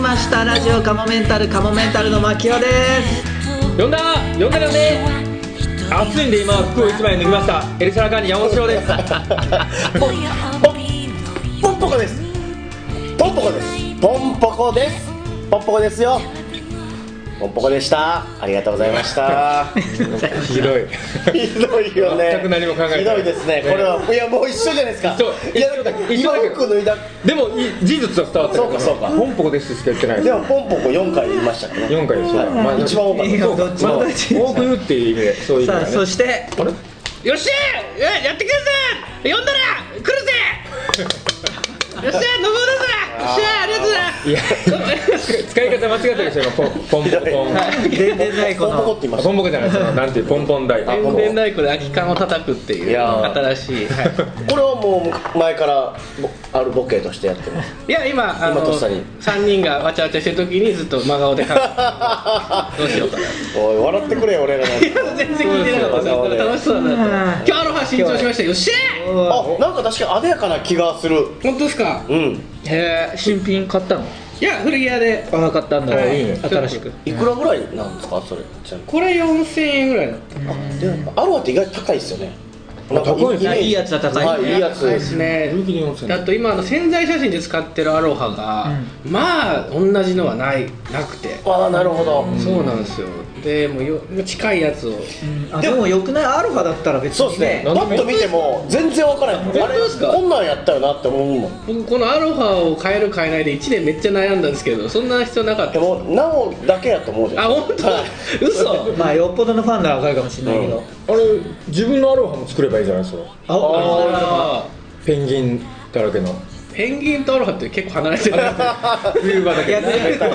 ましたラジオカモメンタルカモメンタルの牧雄です呼んだ呼んだよね暑いんで今服を一枚脱ぎましたエルシャラカーニ山本ですポンポコですポンポコですポンポコですポンポコですよポンポコでしたありがとうございました ひどいひどいよね全く何も考えてないひどいですねこれはいやもう一緒じゃないですか一緒いやなんか一緒今服脱いだでもいい事実は伝わったそうかそうかポンポコですしか言ってないでもポンポコ4回言いましたね四回ですはいまあ一番多かったいやどっちもどっち多く言うっていう意味でそういう意さあ味でそねしてよっしゃえやってくるぜ呼んだら来るぜよっしゃ飲むだぞよっしゃありがとういや使い方間違ってるでしょ今ポンポンポンポン電電太鼓ポンポコのって言いまあしたポンポコじゃないですよなんていうポンポン台ポンポコ電太鼓で空き缶を叩くっていういやー新しい、はこれはもう前からぼあるボケとしてやってますい、いや今あ今のとっさに3人がわちゃわちゃしてる時にずっと真顔で考え てどうしようかなおい笑ってくれよ俺らなん て全然聞いてなかっそたうですよ楽しそうだなと今日アロハ新調しましたよっしゃあなんか確かに艶やかな気がする本当ですかうんへえ新品買ったのいや古着屋であ買ったんだ、はい新しくいくらぐらいなんですかそれちなみにこれ4000円ぐらいだったでアロアって意外と高いですよね。なんか高いですねイメージいいやつは高いはい、いいやつ。高いですね気に温泉だと今あの潜在写真で使ってるアロハが、まあ同じのはないなくてああ、なるほど。そうなんですよでもうよもう近いやつをあでもよくないアルファだったら別そうでにすね。ねパッと見ても全然わからない。あれ当ですかこんなんやったよなって思うもん。僕このアロハを変える変えないで1年めっちゃ悩んだんですけどそんな必要なかっでたもなおだけやと思うじゃあん。本当だはい嘘まあよっぽどのファンならわかるかもしれないけど、うんあれ自分のアロハも作ればいいじゃないですかあおあペンギンだらけのーペンギンとアロハって結構離れてる冬場だけやってると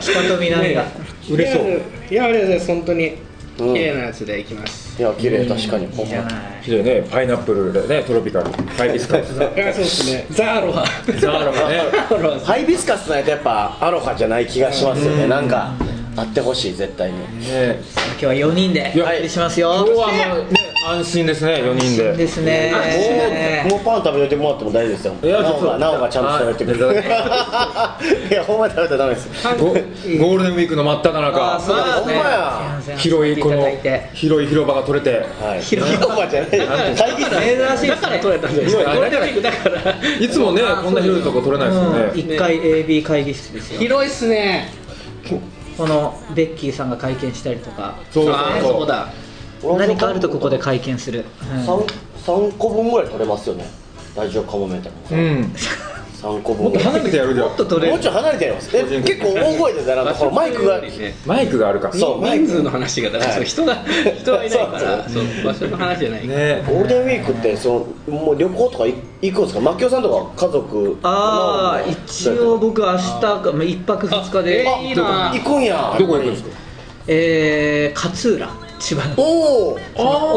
人と見なんだ、ね売れそういやありがとうございます本当にうん綺麗なやつでいきます、いや、綺麗確かに。ほんいいじまゃないひどいねパイナップルねトロピカルハイビスカス いやそうですねザアロハザアロハねザアロハハイビスカスないとやっぱアロハじゃない気がしますよね。なんかあってほしい絶対に。ね今日は4人でいやお送りしますよ今日はもうね安心ですね4人でですねもうもうパン食べといてもらっても大丈夫ですよ。いやなちょおっがとなおがちゃんと食べてくれる。 いや、ほんまに食べたらダメです。ゴゴールデンウィークの真っ只あーそう中ですねほんまや広いこの広い広場が取れれてはい。広い広場じゃない。会議室ね。珍しいですねだから取れたんじゃないですかゴールデンウィークだからいつもねこんな広いとこ取れないですようん、ね1階 AB 会議室ですよ広いっすねこのベッキーさんが会見したりとかそうそうあーそうそうだ何かあるとここで会見する、三三個分ぐらい取れますよね。ラジオカモメンタル。うん三個もっ分ぐとらい。離れてやるじゃうん、とん取れもるうちょい離れてやります。え結構大声で並んで、このマイクが。マイクがあるからそう、マイ人数ク。の話がだからそう人が人はいないからそう場所の話じゃないねゴールデンウィークって、その、もう旅行とかい行くんですか、マキオさんとか家族。ああ一応。僕明日かまあ一泊二日でああ、いいどこな行くんや。どこ行くんですかえー、勝浦千葉のお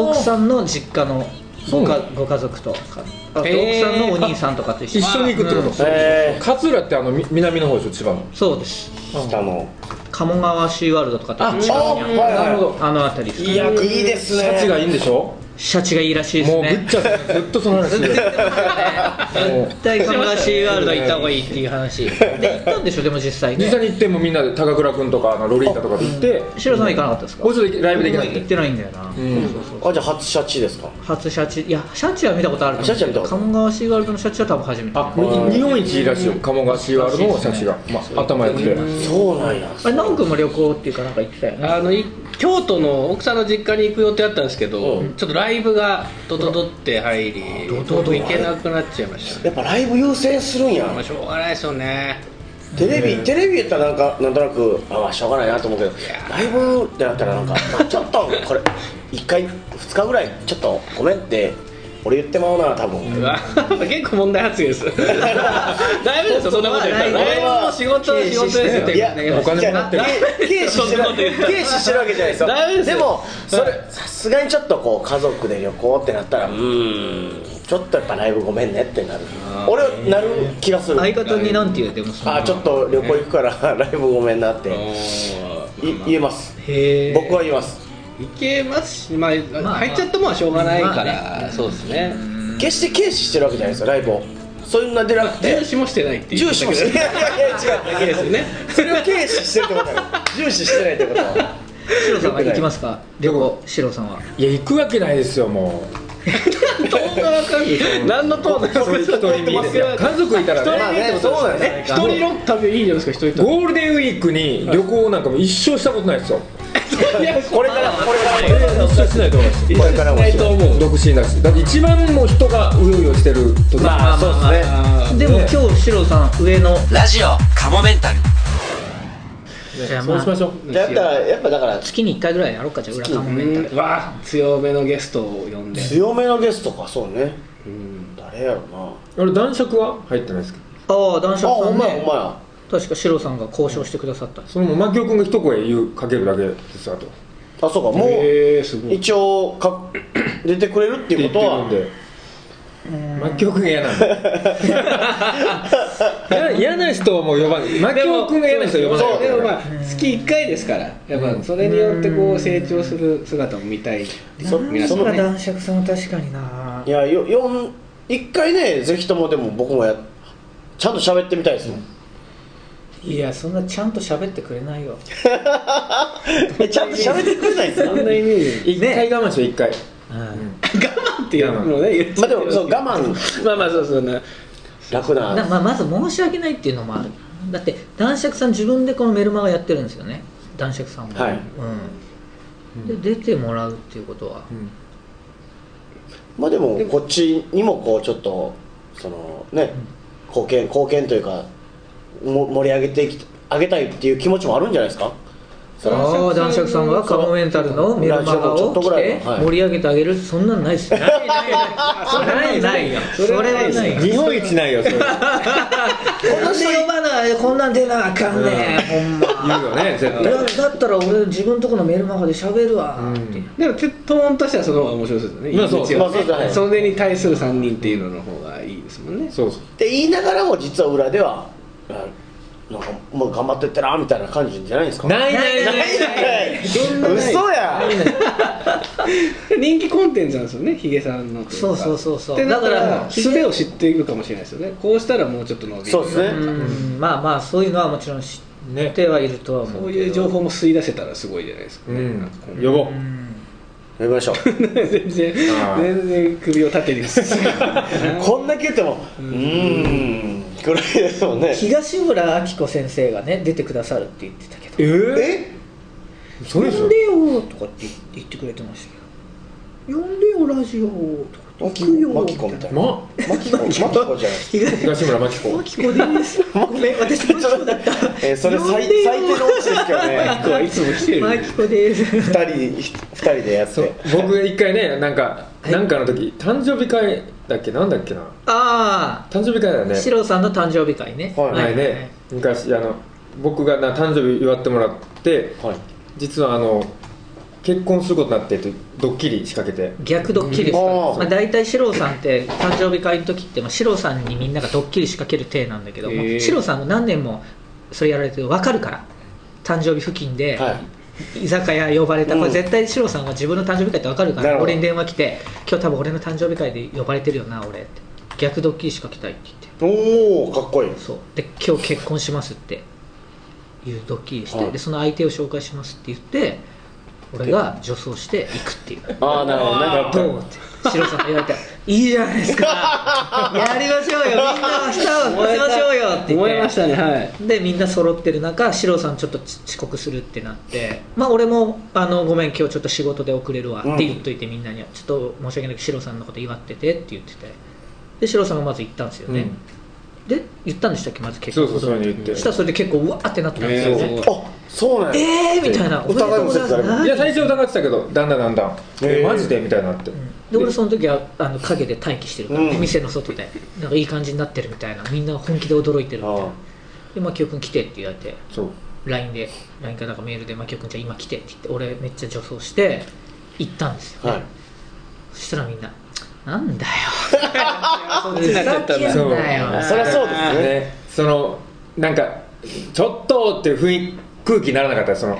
お。奥さんの実家のそごうなかのご家族とかあと奥へーさんのお兄さんとかと一緒一に緒に行くってことえ勝浦ってあのみ南の方でしょ千葉のそうですえ。下の。鴨川シーワールドとかとあ、はいなるほどはあの辺りですい。いや、いいですシャチね。がいいんでしょシャチがいいらしいですもねうぶっちゃけずっとその話して るもう絶対鴨川シーワールド行った方がいいっていう話で行ったんでしょでも実際実ね際に行ってもみんなで高倉君とかあのロリータとかで行ってシロさんは行かなかったですかもうちょっとライブできない行ってないんだよな、あ、じゃ、初シャチですか。初シャチいやシャチは見たことあると思うけどシャチは見たことある鴨川シーワールドのシャチは多分初めてあ日本一いいらしいよ鴨川シーワールドのシャチが、まあ、頭良くてそうなんや。あれ奈くんも旅行っていうかなんか行ってたよねあのい京都の奥さんの実家に行く予定だったんですけど、ちょっとライブがドドドって入りドドド行けなくなっちゃいましたねやっぱライブ優先するんやまあ。しょうがないですよねテレビ、テレビやったらなんかなんとなくあまあしょうがないなと思うけどライブってなったらなんかまあちょっとこれ1回2日ぐらいちょっとごめんって俺言ってまうな多分うわ 結構問題発言ですライブですよそんなこと言ったらライブも仕事は仕事ですよいやいやお金じゃあもらってるけ軽視してるそんなこと言ったら軽視してるわけじゃないですよダメですよでもそれさすがにちょっとこう家族で旅行ってなったらうーんちょっとやっぱライブごめんねってなる俺はなる気がする相方になんて言うでもそのあちょっと旅行行くからライブごめんなってい言えますへえ僕は言います行けますし、まあまあ入っちゃったもんはしょうがないから、まあねそうですね決して軽視してるわけじゃないですよライブをそんな出なくて重視もしてないっていう重視もしてないいやいや違ういいですよねそれを軽視してるってことだよ重視してないってことはシロさんは行きますか旅行シロさんはいや行くわけないですよも何のトーンう一人見見いや家族いたらまあねねそうだよね 一人の旅いいんじゃないですか一人旅ゴールデンウィークに旅行なんかも一生したことないですよこれからこれか一生してないと思いますらこれからもしよ独身だしだって一番もう人がうようよしてる時まあそうですねあでもね今日シロさん上のラジオカモメンタルじゃあそうしましょうだったらやっぱだから月に1回ぐらいやろうかじゃあ裏かもメンタルうんわあ強めのゲストを呼んで強めのゲストかそうね誰やろうな俺男爵は入ってないですけどああ男爵あさおん前おね前や確かシロさんが交渉してくださったそれも槙尾君が一声言うかけるだけですあとあそうかもえー、すごうい一応か出てくれるっていうこと言ってはるんで槙尾君が嫌なんだ 嫌な人はもう呼ばない槙尾君が嫌な人は呼ばないでかもらまあ月1回ですからやっぱそれによってこう成長する姿も見たいそ皆さそんのね男爵さんは確かにないやよよん一回ねぜひともでも僕もやちゃんと喋ってみたいですもんいやそんなちゃんと喋ってくれないよえちゃんと喋ってくれないんですそんなイメージ一回我慢しよう一回っていうのをね言っちまゃあでもそう我慢まあまあそうそうね楽ななまあ、まず申し訳ないっていうのもあるだって男爵さん自分でこのメルマガやってるんですよね男爵さんもはいうん、で出てもらうっていうことは、まあでもこっちにもこうちょっとそのね貢献貢献というかも盛り上げていきあげたいっていう気持ちもあるんじゃないですかそれはああ男爵さんがカモメンタルのメルマガをちょっと来ぐらいてのはい盛り上げてあげるそんなのないっすよないないよそれはないよ日本一ないよ それこんで呼ばないこんなん出なあかんねほんま言うよね絶い対やだったら俺自分とこのメルマガで喋るわって、でもトーンとしてはその方が面白そうですよねまあそう一応まあそうですねはいそれに対する3人っていうのの方がいいですもんねそうそうって言いながらも実は裏ではあなんかもう頑張ってってなみたいな感じじゃないですかないないない 嘘や人気コンテンツなんですよねヒゲさんのそうそうそうそうだだかからら素手を知っているかもしれないですよねこうしたらもうちょっと伸びるそうですねうんまあまあそういうのはもちろん知ねってはいるとは思うけどこういう情報も吸い出せたらすごいじゃないですか、うねんなんかこう呼ぼうやりましょう全然あー全然首を縦に進む こんだけ言ってもうーんぐらいですもんね東村明子先生がね出てくださるって言ってたけどえええそれでし呼んょでよとかって言ってくれてましたけど呼んでよラジオとかマキ聞くよマキコみたいなまマキコマキコじゃない東東村真紀子明子ですごめん私マキコだったえーそ れ最呼んでよ最 低のオチですけどね僕はいつも来てるマキコです二人ひ二人でやっそうて僕一回ねなんか、はいなんかの時誕生日会だっけなんだっけなあ誕生日会だよねあシロさんの誕生日会ねはい前ね昔あの僕がな誕生日祝ってもらってはい実はあの結婚することになってってドッキリ仕掛けて逆ドッキリですうんあーまあ、大体シロさんって誕生日会の時って、まあ、シロさんにみんながドッキリ仕掛ける体なんだけど、へーシロさんも何年もそれやられてる分かるから誕生日付近で、はい居酒屋呼ばれた、うんこれ絶対シロさんは自分の誕生日会って分かるかならるほど俺に電話来て「今日多分俺の誕生日会で呼ばれてるよな俺」って逆ドッキリ仕掛けたいって言っておおかっこいいそうで今日結婚しますっていうドッキリして、はいでその相手を紹介しますって言って俺が女装して行くっていう。ああなるほどねどうって白さんが言われたら「いいじゃないですかやりましょうよみんな明日を持ちましょうよ」って言って思いましたねはいでみんな揃ってる中シロさんちょっとち遅刻するってなってまあ俺もあの「ごめん今日ちょっと仕事で遅れるわ」って言っといてみんなには「ちょっと申し訳ないけどシロさんのこと祝ってて」って言っててでシロさんがまず言ったんですよね、で言ったんでしたっけまず結そう構そうそういうの言ってそしたらそれで結構うわーってなってたんですよねあそうなんえやー、みたいな「おめでとうございますお互いの説ある」いや最初疑ってたけどだんだんだんだんえマジでみたいになって、で俺その時はあの陰で待機してるから、うん店の外でなんかいい感じになってるみたいなみんな本気で驚いてるみたいなああで槙尾君来てって言われてそう LINE で LINE かなんかメールで槙尾君じゃあ今来てって言って俺めっちゃ女装して行ったんですよ、はいそしたらみんな「なんだよ」っちになっちゃったんだふざけんなよそうそりゃそうですねねそのなんかちょっとっていう雰囲気空気にならなかったその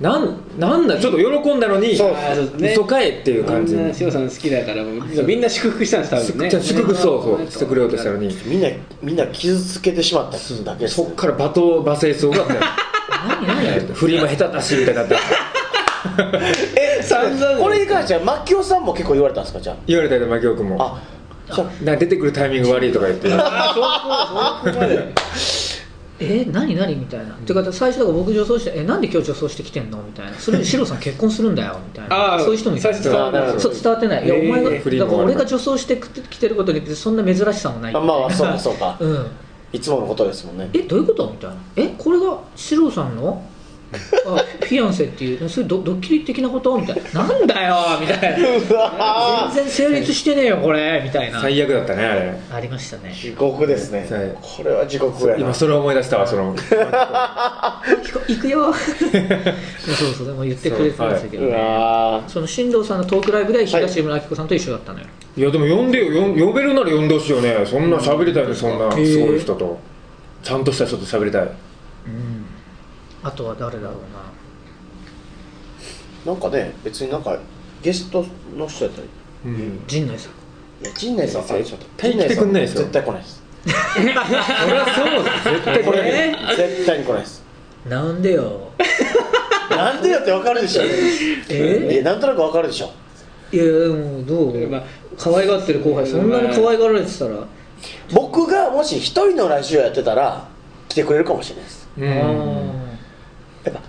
なんなんだちょっと喜んだのにそうあーそうですね嘘かえっていう感じあんな塩さん好きだからもうみんな祝福したんです多分ねじゃあ祝福そうそうしてくれようとしたのにみんなみんな傷つけてしまった人だけですそっから罵倒罵声すごかったよ振りも下手だしみたいになってえ 散々これに関してはマキオさんも結構言われたんですかじゃ言われたよ牧陽君もああじゃあなんか出てくるタイミング悪いとか言ってあそうそうそうそうえ何何みたいな、てか最初だから僕女装してえなんで今日女装してきてんのみたいなそれシロさん結婚するんだよみたいなあーそういう人もいる最初伝わらなかったそう伝わってないいや、えーお前がフリーだもから俺が女装してきてることに別にそんな珍しさもないあまあそうかそうかうんいつものことですもんねえどういうことみたいなえこれがシロさんのあフィアンセっていうそれドドッキリ的なことみたいななんだよみたいなうわ全然成立してねえよこれみたいな最悪だったねあれありましたね地獄ですねはいこれは地獄やな今それを思い出したわその聞こ行くよ そうそうでも言ってくれてたんですけどうね、わその進藤さんのトークライブで東村明子さんと一緒だったのよ、いやでも呼んでよ呼ん呼べるなら呼んでほしいよねそんな喋りたいねそんなへーすごい人とちゃんとした人と喋りたいうん、あとは誰だろうななんかね別になんかゲストの人やったりうん陣内さんいや陣内さん最初対来てくんないですよ絶対来な いですそれはそう絶対これね絶対に来ないですなんで よなんでだってわかるでしょいえやなんとなくわかるでしょいやでもどう、まあ可愛がってる後輩そんなに可愛がられてたら、僕がもし一人のラジオやってたら来てくれるかもしれないですうあんやっぱ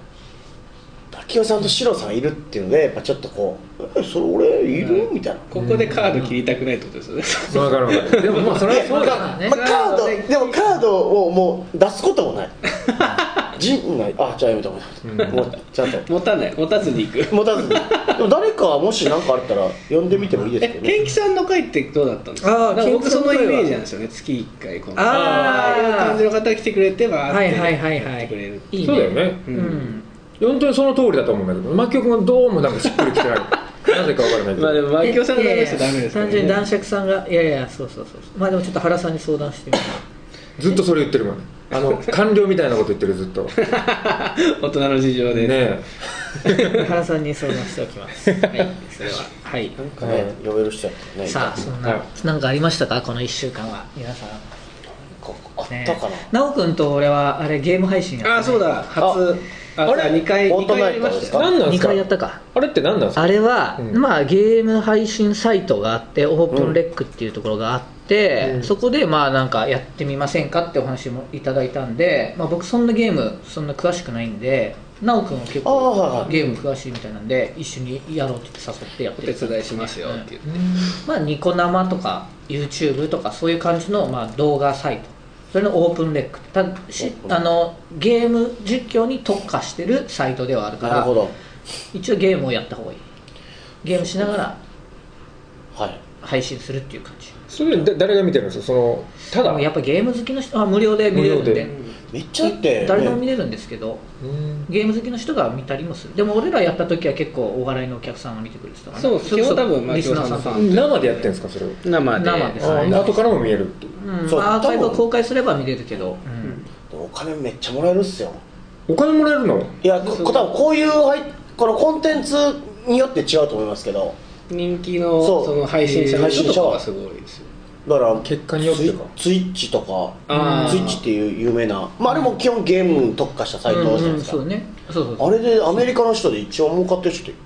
滝尾さんとシロさんがいるっていうのでやっぱちょっとこう「えそれ俺いる?」みたいなここでカード切りたくないってことですよね分かる分かるでもまあそれはそうだあねまあ、カードでもカードをもう出すこともない陣内あじゃあやめとこううんもうちゃんと持たない持たずに行く持たずにでも誰かもし何かあったら呼んでみてもいいですえけどケンねキさんの会ってどうだったんですかあーなんか僕ケンそキさのんの会はイメージなんですよね月1回このあーああいう感じの方が来てくれてばはいはいはいはいくれるいいねそうだよねう、うんん本当にその通りだと思うんだけど牧君はどうもなんかしっくりきてないなぜか分からないけど、まあでもマキオさんのえいやい話やしちゃダメですから単純に男爵さんがいやいやそうそうそうまあでもちょっと原さんに相談してみるずっとそれ言ってるもんねあの官僚みたいなこと言ってるずっとね大人の事情でえ原さんに相談しておきますはいそれははいなんかね呼べる人やったらねさあそんな、はなんかありましたかこの1週間は皆さんこあっねたかな、奈く君と俺はあれゲーム配信やったねああそうだ初ああれ2回フォート2回ナやイりトまですしかたよ何なんで2すか回やったかあれって何なんですかあれは、うんまあゲーム配信サイトがあってオープンレックっていうところがあって、うんそこでまあなんかやってみませんかってお話もいただいたんで、まあ、僕そんなゲームそんな詳しくないんで奈く君は結あーはい構はいゲーム詳しいみたいなんで一緒にやろうって言って誘ってやってお手伝いしますよっていうまあ、ニコ生とか YouTube とかそういう感じの、まあ、動画サイトそれのオープンレックたしあのゲーム実況に特化してるサイトではあるかなるらほど一応ゲームをやった方がいいゲームしながらはい配信するっていう感じそれだ誰が見てるんですかそのたでだもやっぱゲーム好きの人は無料で見れるんで無料でめっちゃあって、ね、誰でも見れるんですけどうんゲーム好きの人が見たりもするでも俺らやった時は結構お笑いのお客さんが見てくれてたからそう基本多分まあリスナーさんと基か本生でやってるんですかそれを生で生ですあね後からも見えるっていううんそうまあアーカイブを公開すれば見れるけど、うんお金めっちゃもらえるっすよお金もらえるのいやこ多分こういうはいこのコンテンツによって違うと思いますけど人気のそうその配信者の配信人者とかははすごいですよだから結果によってかツイツイッチとかあーツイッチっていう有名なまああれも基本ゲームに特化したサイトじうゃなんいうでんすそうかねそうそうそうあれでアメリカの人で一応儲かってる人って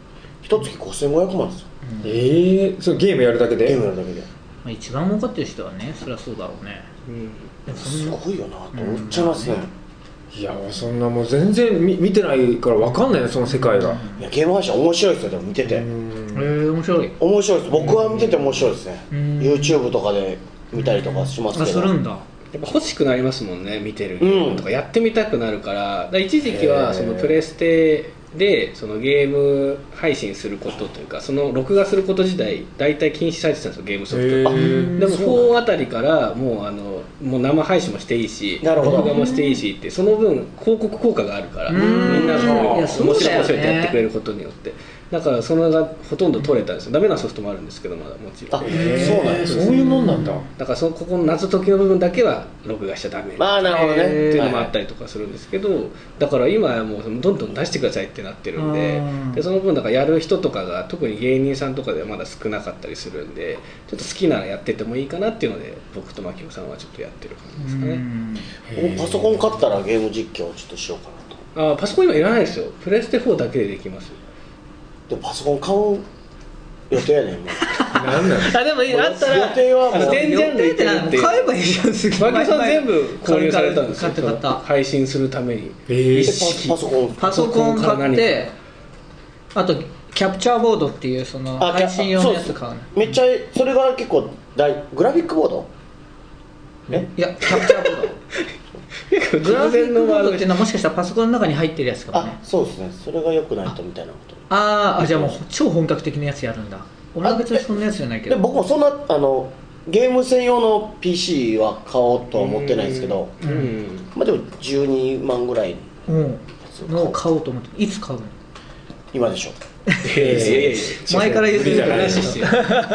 一月5500万ですよええそれゲームやるだけでゲームやるだけでまあ、一番儲かってる人はねそりゃそうだろうねでもそんすなごいよなと思っちゃいますねいやそんなもう全然見見てないから分かんないよその世界がいやゲーム配信面白いですよでも見てうてんえー、面白い面白いです僕は見てて面白いですねうん YouTube とかで見たりとかしますあけすどるんだやっぱ欲しくなりますもんね見てるゲームとかやってみたくなるからだから一時期はそのプレステでそのゲーム配信することというかその録画すること自体大体禁止されてたんですよゲームソフトへがーでも4あたりからもうあのもう生配信もしていいしなるほど録画もしていいしってその分広告効果があるからうんみんなそのいや面そう白いだよ面ね白いってやってくれることによってだからそれがほとんど取れたんですよダメなソフトもあるんですけどまだもちろあんそうなんですそういうもんなんだだからそのここの謎解きの部分だけは録画しちゃダメまあなるほどね、っていうのもあったりとかするんですけど、だから今はもうどんどん出してくださいってなってるんでうんでその分だからやる人とかが特に芸人さんとかではまだ少なかったりするんでちょっと好きならやっててもいいかなっていうので僕と牧野さんはちょっとやってる感じですかね、僕パソコン買ったらゲーム実況をちょっとしようかなとあパソコン今いらないですよプレステ4だけでできますでもパソコン買う予定やねんもうなんなんあでもいいあったら予定はあもうの全ジャンル予定ってなって買えばいいじゃんす牧野さん全部購入されたんですよ買った買った配信するためにえ一ー 式パソコンパソコン買っ買てあとキャプチャーボードっていうそのキャ配信用のやつ買うのめっちゃそれが結構大グラフィックボードいやキャプチャーボードグラフィックボードっていうのはもしかしたらパソコンの中に入ってるやつかもあねそうですねそれが良くないとみたいなことあーあじゃあもう超本格的なやつやるんだ俺は別にそんなやつじゃないけでど僕もそんなあのゲーム専用の PC は買おうとは思ってないんですけどうん、まあでも12万ぐらいのやうんつを買おのうを買おうと思っていつ買うの今でしょいやいやいやいや前から言ってる無理じゃない話してる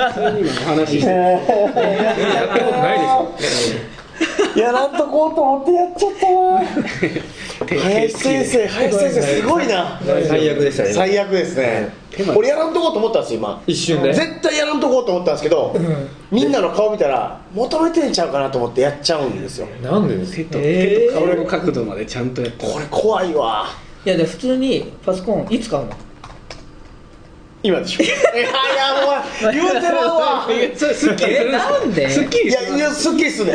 普通に今お話ししてる やったことないでしょやらんとこうと思ってやっち ゃったな林先生林先生すごいな最悪でしたね最悪ですね俺やらんとこうと思ったんですよ今一瞬で絶対やらんとこうと思ったんですけど、みんなの顔見たら求めてんちゃうかなと思ってやっちゃうんですよなんでです手とえー手と顔の角度までちゃんとやってこれ怖いわいやで普通にパソコンいつ買うの今 でしょいやいやもう言うてらんわそうすっきりするなんですっきいりすやるいやすっきりすね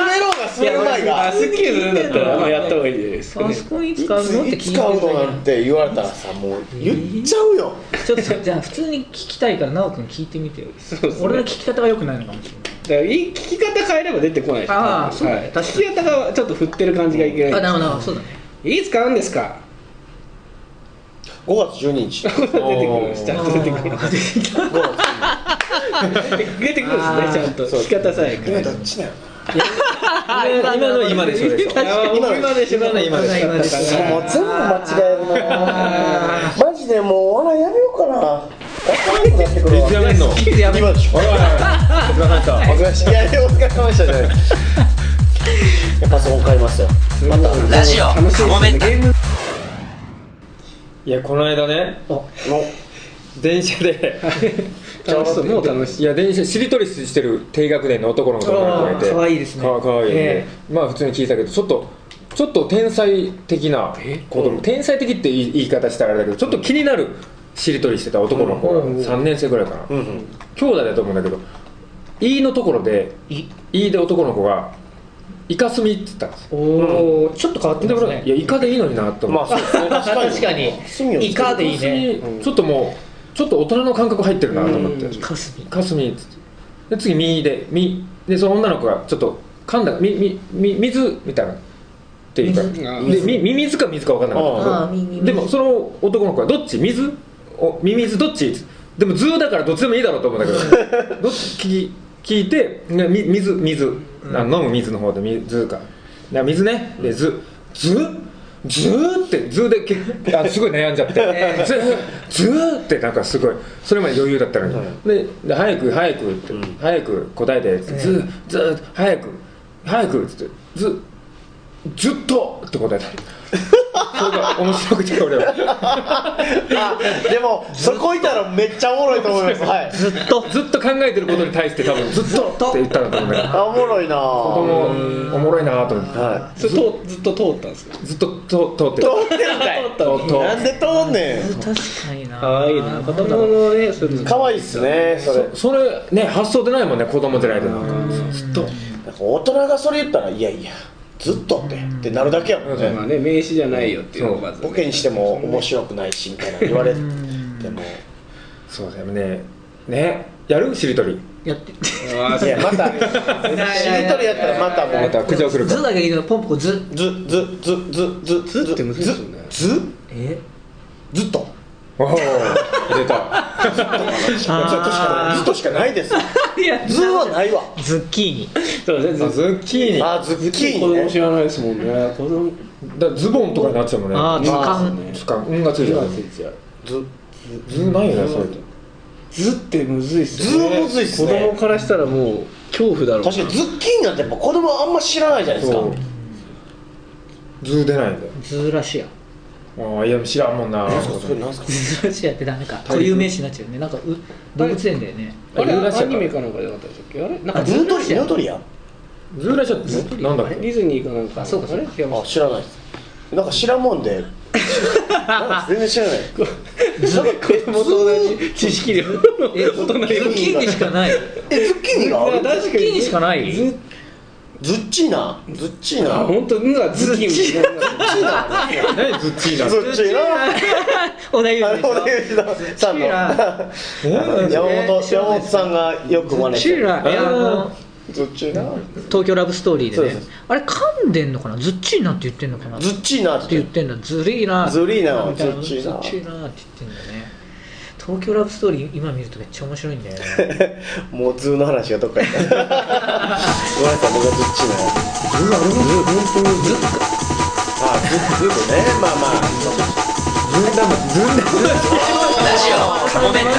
滑ろうが滑る前あがすっきりするんだったらまあやった方がいいですかパねソコンいいつつ買うのって聞いついて買うるのだなんて言われたらさもう言っちゃうよけちょっとさじゃあ普通に聞きたいから奈く君聞いてみてよそうですね俺の聞き方が良くないのかもしれないだからいい聞き方変えれば出てこないしああそうだねはい、確かに聞き方がちょっと振ってる感じがいけないあなるほどなるほどそうだねいい使うんですか 5月12日出てくるちゃんと出てくる出てくるんですねちゃんと聞き方さえ変えどっちだよ今の今でしょでしょ確かに今の今でしょ今の今でしょ今の今でしょもう全部間違えるなマジでもうお笑いやめようかなわからなくなってくるわやめんのおいやめましょうおいおいお疲れ様でしたお疲れ様でしたいやいやお疲れ様でしたじゃないパソコン買いますよまたラジオカモメンタルいやこの間ね電車で楽しそうもう楽しいや電車しりとりしてる低学年の男の子がいてあー可愛いですねかかわいい、ねえまあ普通に聞いたけどちょっとちょっと天才的な子供天才的って言い言い方したらあれだけどちょっと気になるしりとりしてた男の子が3年生ぐらいかな、兄弟だと思うんだけど「い」のところで「い」で男の子が「イカスミ」って言ったんですよおおちょっと変わってでま俺すはねいやイカでいいのになと思まっあて、そうです確ねかに罪をイカでいいイカスねミちょっともうちょっと大人の感覚入ってるなと思って、カスミかすみっつってで次右でみでその女の子がちょっと噛んだみみみ水みたいなっていうか水でみミミズか水か分かんなかったあーミミけミどでもその男の子はどっち水おミミズどっちつってでもズーだからどっちでもいいだろうと思うんだけどどっち聞き聞いてねみ水水あ飲む水の方で水かで水ねでズズズーってズーで けあすごい悩んじゃってズーズーってなんかすごいそれまで余裕だったのに、でで早く早くって、早く答えてズーズー早く早くっつってズーずっとって答えたそれが面白くて俺はあでもそこいたらめっちゃおもろいと思いますはいずっとずっと考えてることに対して多分ずっとって言ったんだと思うんだけどあおもろいな子供おもろいなと思ってはそうとずっと通ったんですよずっとと通っている通ってるんかいととなんで通んねん確かになかわいいな子供のねそういうの可愛いっすねそれそれね発想出ないもんね子供出ないでなんかずっとなんか大人がそれ言ったらいやいやずっとってってなるだけやもんね、まあね名詞じゃないよっていうのがまずねボケにしても面白くないしみたいな言われてもそうだよねねやるしりとりやってああいそうやまたしりとりやったらまたもまうた苦情来るかずらだけでいいのポンポコずずずずずずずずって難しいですよねずえずずっとおお出たずっとしかないですいやずはないわズッキーニそうですねずズッキーニあズッキー子ニ供知ねらないですもんね子供だズボンとかになっちゃうもんねああ図まあそう鑑ねつかんがついちゃうついちゃうずずずないよねそれってずってむずいっすずーむずいっすね子供からしたらもう恐怖だろうな確かにズッキーニなんてやっぱ子供あんま知らないじゃないですかそうず出ないんだよズーラシアああいや知らんもんなそれなんすかズーラシアってダメか固有名詞になっちゃうよねなんかう動物園だよねあれユーラシアアかニメかなんかじゃなかったでしたっけあれなんあかヌートリアヌートリアずーらしゃってなんだっデけィズニーかなんかあそうかそれ違いまあ知らないですなんか知らんもん でなんか全然知らないなんか子供と同じ知識 量えズッキーニしかないえズッキーニがあるズッキーニしかないずズッチーナズッチーあナズ本当うわズッキーみたいなッチーナある何ズッキーナズッチーナお題あ言うれ俺吉田さんのナえ山本山本さんがよく真似シしてーラいやあのズッチーナ東京ラブストーリーでねそうそうあれ噛んでんのかなズッチーナって言ってんのかなズってッチーナって言っ言てんだズリーナズリーナみたいなズズッチーナッチーナって言ってんだね東京ラブストーリー今見るとめっちゃ面白いんだよね ってもうズーの話がどっ か行ったごめんなさい僕はズッチーナズーあれもズー本当にズッあズッズーとねまあまあカモメンタル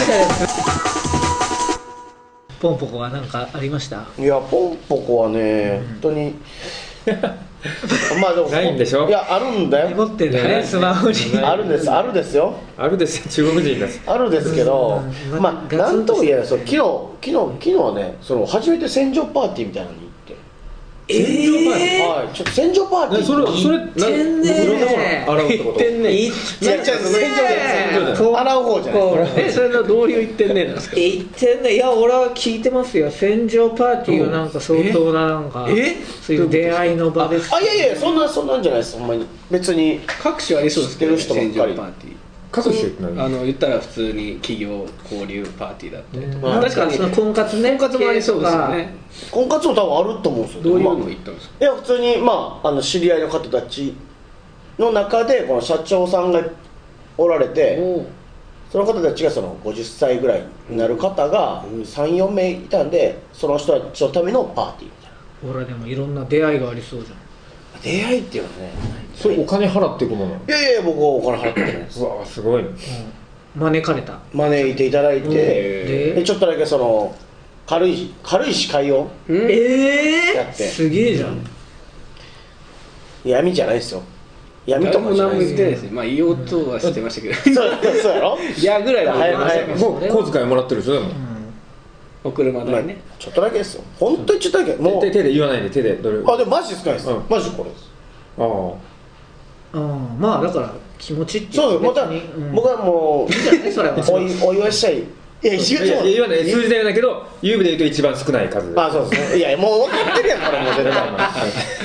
ポンポコは何かありましたいやポンポコはね、本当にまあでもないんでしょいやあるんだ持よってるよねスマホにあるんですあるですよあるですよ中国人ですあるですけどうんまあガツなんンととしもて言えないそう昨日昨日昨日はねその初めて戦場パーティーみたいなのに行ってえはいちょっと戦場パーティーそれそれ全然いろんなもの洗うってこと言ってんねんいや違う戦場じゃない戦場じゃない洗う方じゃないえそれのどういう言ってんねんなんですか言ってんだいや俺は聞いてますよ戦場パーティーはなんか相当ななんかえそういう出会いの場ですあいやいやそんなそんなんじゃないですほんまに別に各種ありそうですけどね知ってる戦人ば場っかりパーティー各種ってあ何の言ったら普通に企業交流パーティーだったりとうかん確かにその婚活ね婚活もありそうですよね婚活も多分あると思うんですよどういうのまあ言ったんですかいや普通にまああの知り合いの方たちの中でこの社長さんがおられてその方たちがその50歳ぐらいになる方が34名いたんでその人たちのためのパーティーみたいなほらでもいろんな出会いがありそうじゃん出会いっていうのはねそれお金払っていくものいやいや僕はお金払ってないですうわすごいね招かれた招いていただいてででちょっとだけその軽い軽い司会をえやってすげえじゃん闇じゃないですよ闇と誰もかじゃ何なもい言ですってないですねまあ言おうとはしてましたけどそうそうやろいやぐらいは言ってましたけはいどもう小遣いもらってるでしょでも お車まあ代ねちょっとだけですよ本当にちょっとだけもう手手で言わないで手でどれあでもマジ少ないです、うんマジこれですああうんまあだから気持ちっていそうですもうただ、別にうん僕はもういいじゃないそれ はおいお祝いしたいいや石い口やもいや言わない数字で言うんだけど優美で言うと一番少ない数あそうですねいやもう分かってるやんこれもう絶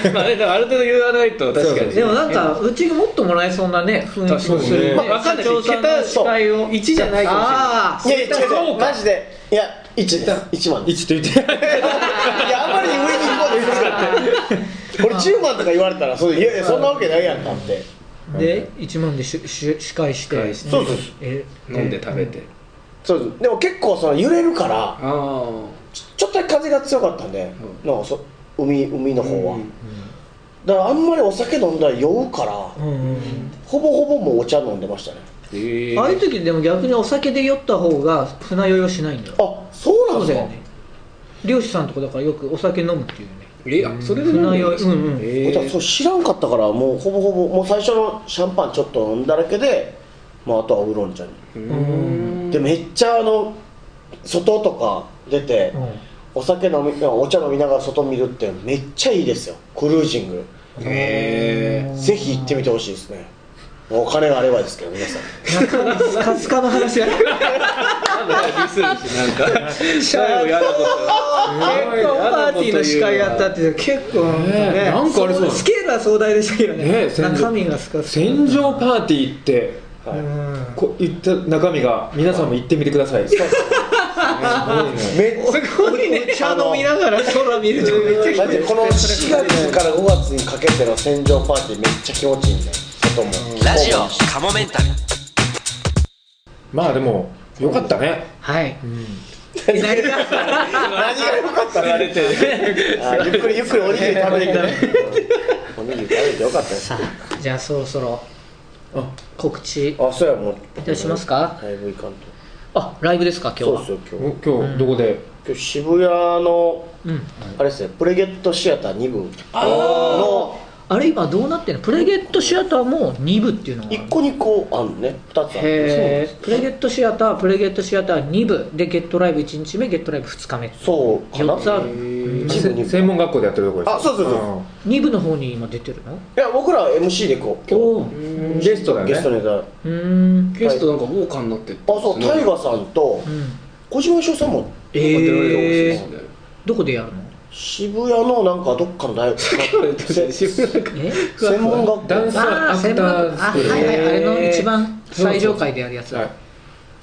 対まあねでもある程度言わないと確かにでもなんかうちがもっともらえそうなね雰囲気もす確かるにねねまあわかんないです社長さんの司会を1じゃないかもしれなあいやいや違うい違そううマジでいや1です1万です一って言っていやあんまり上に行こうとするからこれ10万とか言われたらそういやいやそんなわけないやんかってあで1万でしし司会して会してそうそうえ飲んで食べてそうですでも結構その揺れるからああちょちょっとだけ風が強かったんで、うなんかそ海海の方は、うんだからあんまりお酒飲んだら酔うかうら、んうんほぼほぼもうお茶飲んでましたねええああいう時でも逆にお酒で酔った方が船酔いはしないんだよあそうなそんうだですかよね漁師さんとかだからよくお酒飲むっていうねえあそれで飲んでるんですか船酔いうんうんえだからそう知らんかったからもうほぼほぼもう最初のシャンパンちょっと飲んだだけで、まあ、あとはウーロン茶に、んでめっちゃあの外とか出て、うお酒飲みお茶飲みながら外見るってめっちゃいいですよクルージングえぜひ行ってみてほしいですねお金があればですけど皆さんんスカスカの話やなんかシャイをやる結構パーティーの司会やったって結構ねねなんかありそうだねスケールは壮大でしたけどねね戦場中身がスカスカ戦場パーティーってうんこう言った中身が皆さんも言ってみてくださいすごいねめっちゃすごいね茶飲みながら空見るとめっちゃだってこの4月から5月にかけての戦場パーティーめっちゃ気持ちいいんだよ外もラジオカモメンタル まあでもよかったねはい何が良かったのあれてゆっくりゆっくり おにぎり食べてきたねおにぎり食べてよかったですじゃあそろそろ告知あそうやもういたしますかライブ行かんとあライブですか今日そうはですよ今日お今日どこで今日渋谷のうんあれですねプレゲットシアター2部のあれ今どうなってんのプレゲットシアターも2部っていうのがある1個2個あんね2つあへるえプレゲットシアタープレゲットシアター2部でゲットライブ1日目ゲットライブ2日目そうかな4つある一部にせ専門学校でやってるとこですあそうそうそう2部の方に今出てるのいや僕らは MC でこう今おーうんゲストだよ日ゲストねネタあうーんゲストなんか豪華になってあそうタイガさんとうん小島よしおさんもえー、え どこでやるの渋谷のなんかどっかの大学せ え専門学校ダンスあアあフタ専門ーあスはクールいはいあれの一番そうそう最上階でやるやつだはい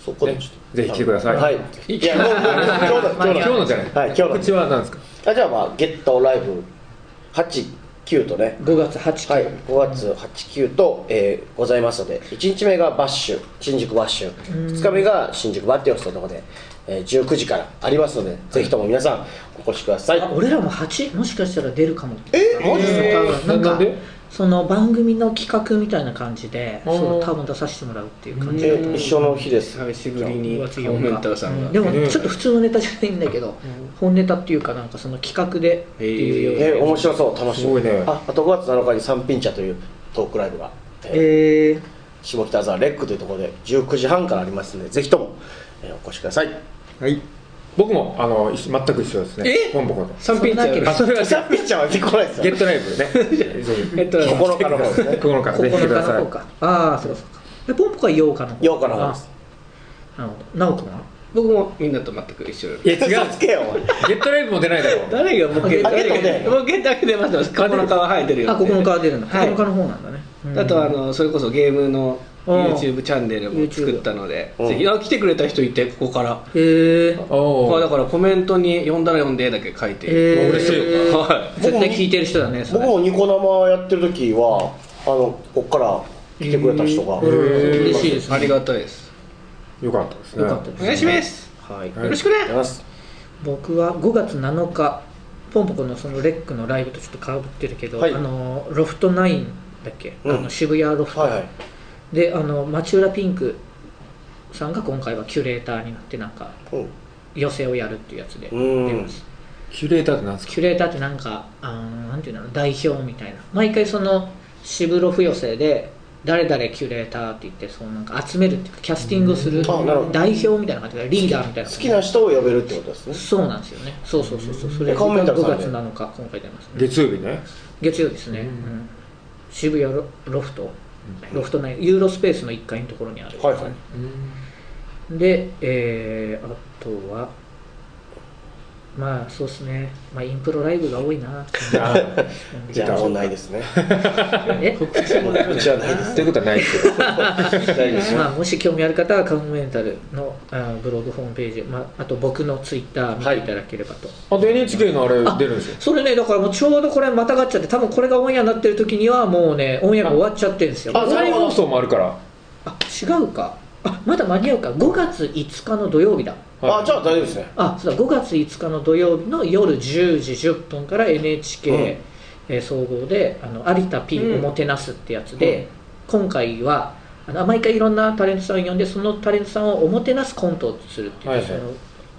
そこでねぜひ来てくださいはいいやもうもう今日だ今今日日だのじゃないはい今日の口は何ですかあじゃあまあゲットライブ89とね5月8日、はい、5月8、9と、えーございますので1日目がバッシュ新宿バッシュ2日目が新宿バッティオスのところで、えー19時からありますのでぜひとも皆さんお越しくださいあ俺らも8もしかしたら出るかもえマジっすかうんなんなかんでその番組の企画みたいな感じでその多分出させてもらうっていう感じえー一緒の日です久しぶりに5オ月4日メンターさんが、うんでもちょっと普通のネタじゃないんだけど本ネタっていうかなんかその企画でっていうようなえー面白そう楽しすごいねああと5月7日に三品茶というトークライブが、えーえ下北沢レックというところで19時半からありますのでぜひとも、えーお越しくださいはい僕もあのいし全く一緒ですねえポンポコと三品茶やるあそれは違三品茶は来ないですうゲ よットライブね ぜひえっと心からの方ですね 心からぜひ来て9くだ日さのい方かああそうかそうかでポンポコは8日の方ようからの方ですあなるほど直君は僕もみんなと全く一緒いや違う嘘つけよお前ゲットライブも出ないだろう誰がボケあゲット出ない誰がボケだけ出ますよ9日は生えてるよあ9日は出るんだはい9日の方なんだねうんあとあのそれこそゲームのうん YouTube チャンネルも作ったので、 YouTube ぜひあ来てくれた人いてここから、へえおまーあ、だからコメントに「呼んだら呼んで」だけ書いて、えー嬉しいはい絶対聞いてる人だねそ僕れもニコ生やってる時はあのこっから来てくれた人が、うん嬉しいですありねがたいですよかったですねよかったですお願いします、はいはいよろしくね、ます僕は5月7日ポンポコのそのレックのライブとちょっとかぶってるけど、はいあのロフト9だっけ、うんあの渋谷ロフト、はいはいであの町浦ピンクさんが今回はキュレーターになってなんかうん寄席をやるっていうやつでうん出ますキュレーターって何ですかキュレーターってなんかあーなんていうの代表みたいな毎回その渋ロフ寄席で誰々キュレーターって言ってそのなんか集めるっていうかキャスティングをするあなるほど代表みたいな感じでリーダーみたいな感好じきな人を呼べるってことですねそうなんですよね。そうそうそうそう。それえが顔見5たら月さ7日今回出ます、ね。月曜日ね月曜ですね。うん渋谷ロロフト、ロフト内ユーロスペースの1階のところにある。はいはいで、えー、あとは。まあそうですね、まあ、インプロライブが多いなじゃあじゃあもうないですねえもううちはな いですということはないですけど大丈夫ですまあ、もし興味ある方はカモメンタルのあブログホームページ、まあ、あと僕のツイッター見ていただければと、あと NHK のあれ出るんですよそれねだからもうちょうどこれまたがっちゃって多分これがオンエアになってる時にはもうねオンエアが終わっちゃってるんですよあ再放送もあるからあ違うかあまだ間に合うか5月5日の土曜日だはいあじゃあ大丈夫ですねあそうだ5月5日の土曜日の夜10時10分から NHK、うんえー総合で「あの有田 P をもてなす」ってやつで、今回はあの毎回いろんなタレントさんを呼んでそのタレントさんをおもてなすコントをするっていう、はいはいその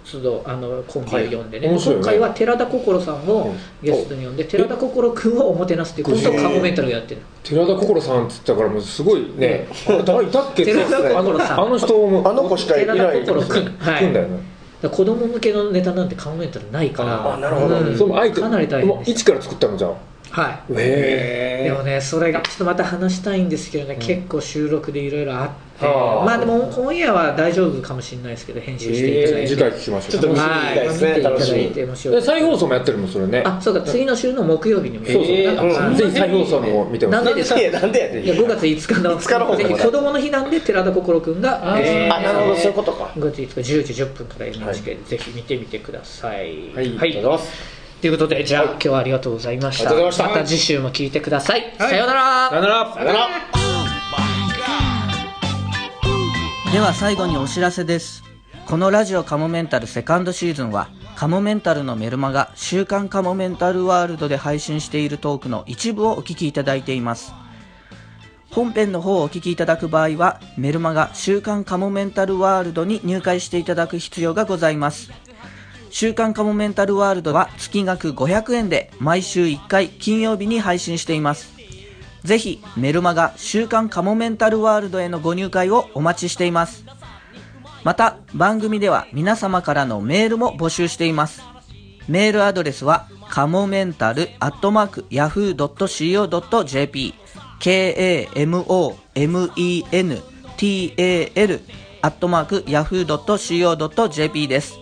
都度あのコンビを呼んでね,、はい面白いね今回は寺田心さんをゲストに呼んで、寺田心君をおもてなすっていうコントをカモメンタルがやってる寺田心さんっつったからもうすごいねあれ誰いたっけ寺田心さんあのあの人もあの子しかいな寺い田心君は来んだよねだから子供向けのネタなんて考えたらないからあーなるほどうんそれもあえてかなり大も変うでし一から作ったのじゃんたはいへえでもねそれがちょっとまた話したいんですけどね、結構収録でいろいろあってあーまあでも今夜は大丈夫かもしれないですけど編集していただいて、次回聞きましょうちょっとはい、見楽しみていた楽だしみいてもしよでう再放送もやってるもんそれねあそうか次の週の木曜日にもそうそうなんあかぜひ再放送も見てほしないんでですかいやなんでやいやねん5月5日の5日の方ぜひ子供の日なんで寺田心君が、えあなるほどそういうことか5月5日10時10分から NHK でぜひ見てみてくださいはいはい、ということでじゃあ、今日はありがとうございましたありがとうございましたた次週も聞いてください、さようならさよならさよならでは最後にお知らせですこのラジオカモメンタルセカンドシーズンはカモメンタルのメルマガ週刊カモメンタルワールドで配信しているトークの一部をお聞きいただいています本編の方をお聞きいただく場合は、メルマガ週刊カモメンタルワールドに入会していただく必要がございます。週刊カモメンタルワールドは月額500円で毎週1回金曜日に配信しています。ぜひメルマガ週刊カモメンタルワールドへのご入会をお待ちしています。また番組では皆様からのメールも募集しています。メールアドレスは、かもメンタルアットマーク yahoo.co.jp k-a-m-o-m-e-n-t-a-l アットマーク yahoo.co.jp です。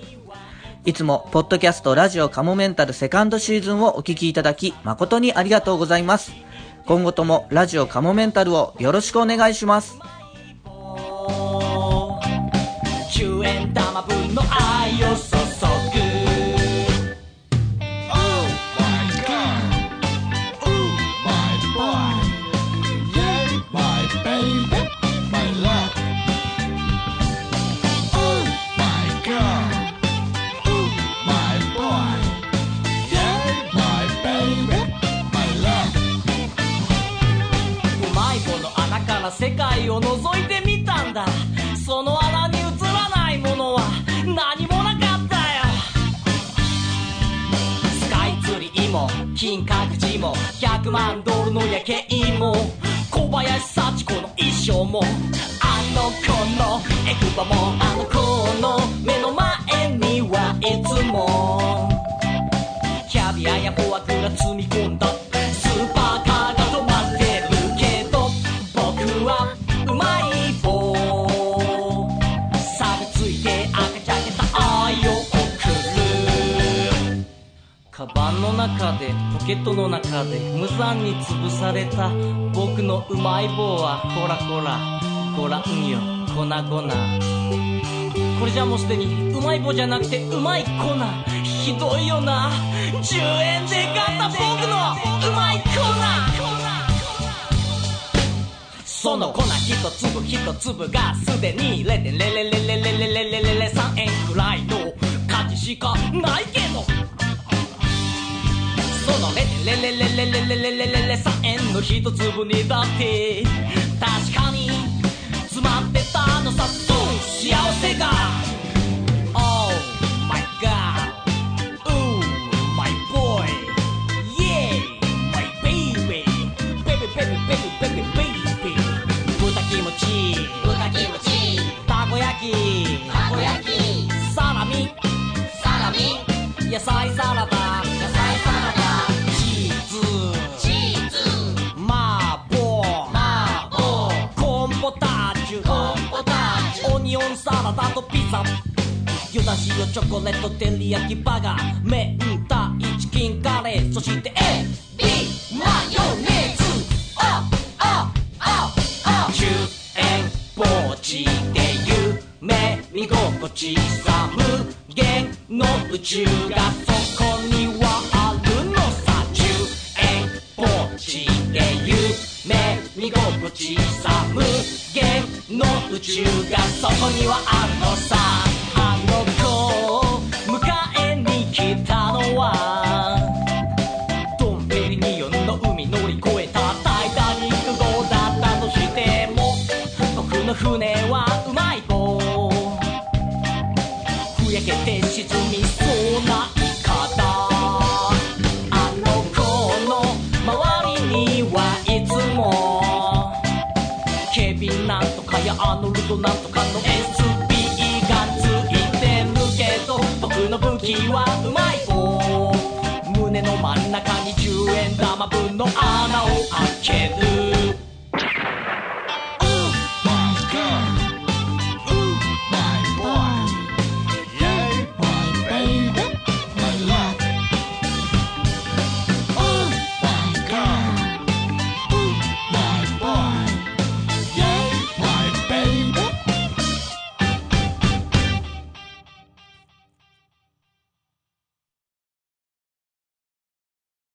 いつも、ポッドキャストラジオカモメンタルセカンドシーズンをお聞きいただき、誠にありがとうございます。今後ともラジオカモメンタルをよろしくお願いします。 10円玉分の愛を注ぐ Oh my god Oh my boy Yeah my baby my love Oh my god Oh my boy Yeah my baby my love うまい棒の穴から世界を覗いてみたんだその穴に映らないものは何もなかったよスカイツリーも金閣寺も100万ドルの夜景も小林幸子の衣装もあの子のエクバもあの子の目の前にはいつもキャビアやフォアグラ積み込んだスーパーカーが止まってるけど僕はうまい棒錆びついて赤ちゃけた愛を送るカバンの中でポケットの中で無残に潰された僕のうまい棒はこらこらご覧よ粉々これじゃもうすでにうまい棒じゃなくてうまい粉ひどいよな10円で買った僕のうまい粉その粉一粒一粒がすでにレレレレレレレレレレレレ3円くらいの価値しかないけどそのレレレレレレレレレレレ3円の一粒にだって確かに詰まってたのさそう幸せが Oh my god Ooh my boy Yeah my baby Baby baby baby baby baby 豚キムチ豚キムチたこ焼きたこ焼きサラミサラミ野菜サラダ野菜サラダチーズチーズ麻婆麻婆コーンポタージュコーンポタージュオニオンサラダとピザユダシオチョコレート照り焼きバーガー明太チキンカレーそして A B マヨネーズああああ10円ポーチで夢見心地さ無限の宇宙がそこにはあるのさ10円ポーチで夢見心地さ無限の宇宙がそこにはあるのさあの子を迎えに来たのはドンペリニオンの海乗り越えたタイタニック号だったとしても僕の船はうまい棒ふやけて沈みそうなイカだあの子の周りにはいつも警備なんとかやアーノルドなんとかの SB がついてるけど僕の武器はうまい棒胸の真ん中に10円玉分の穴を開ける Oh,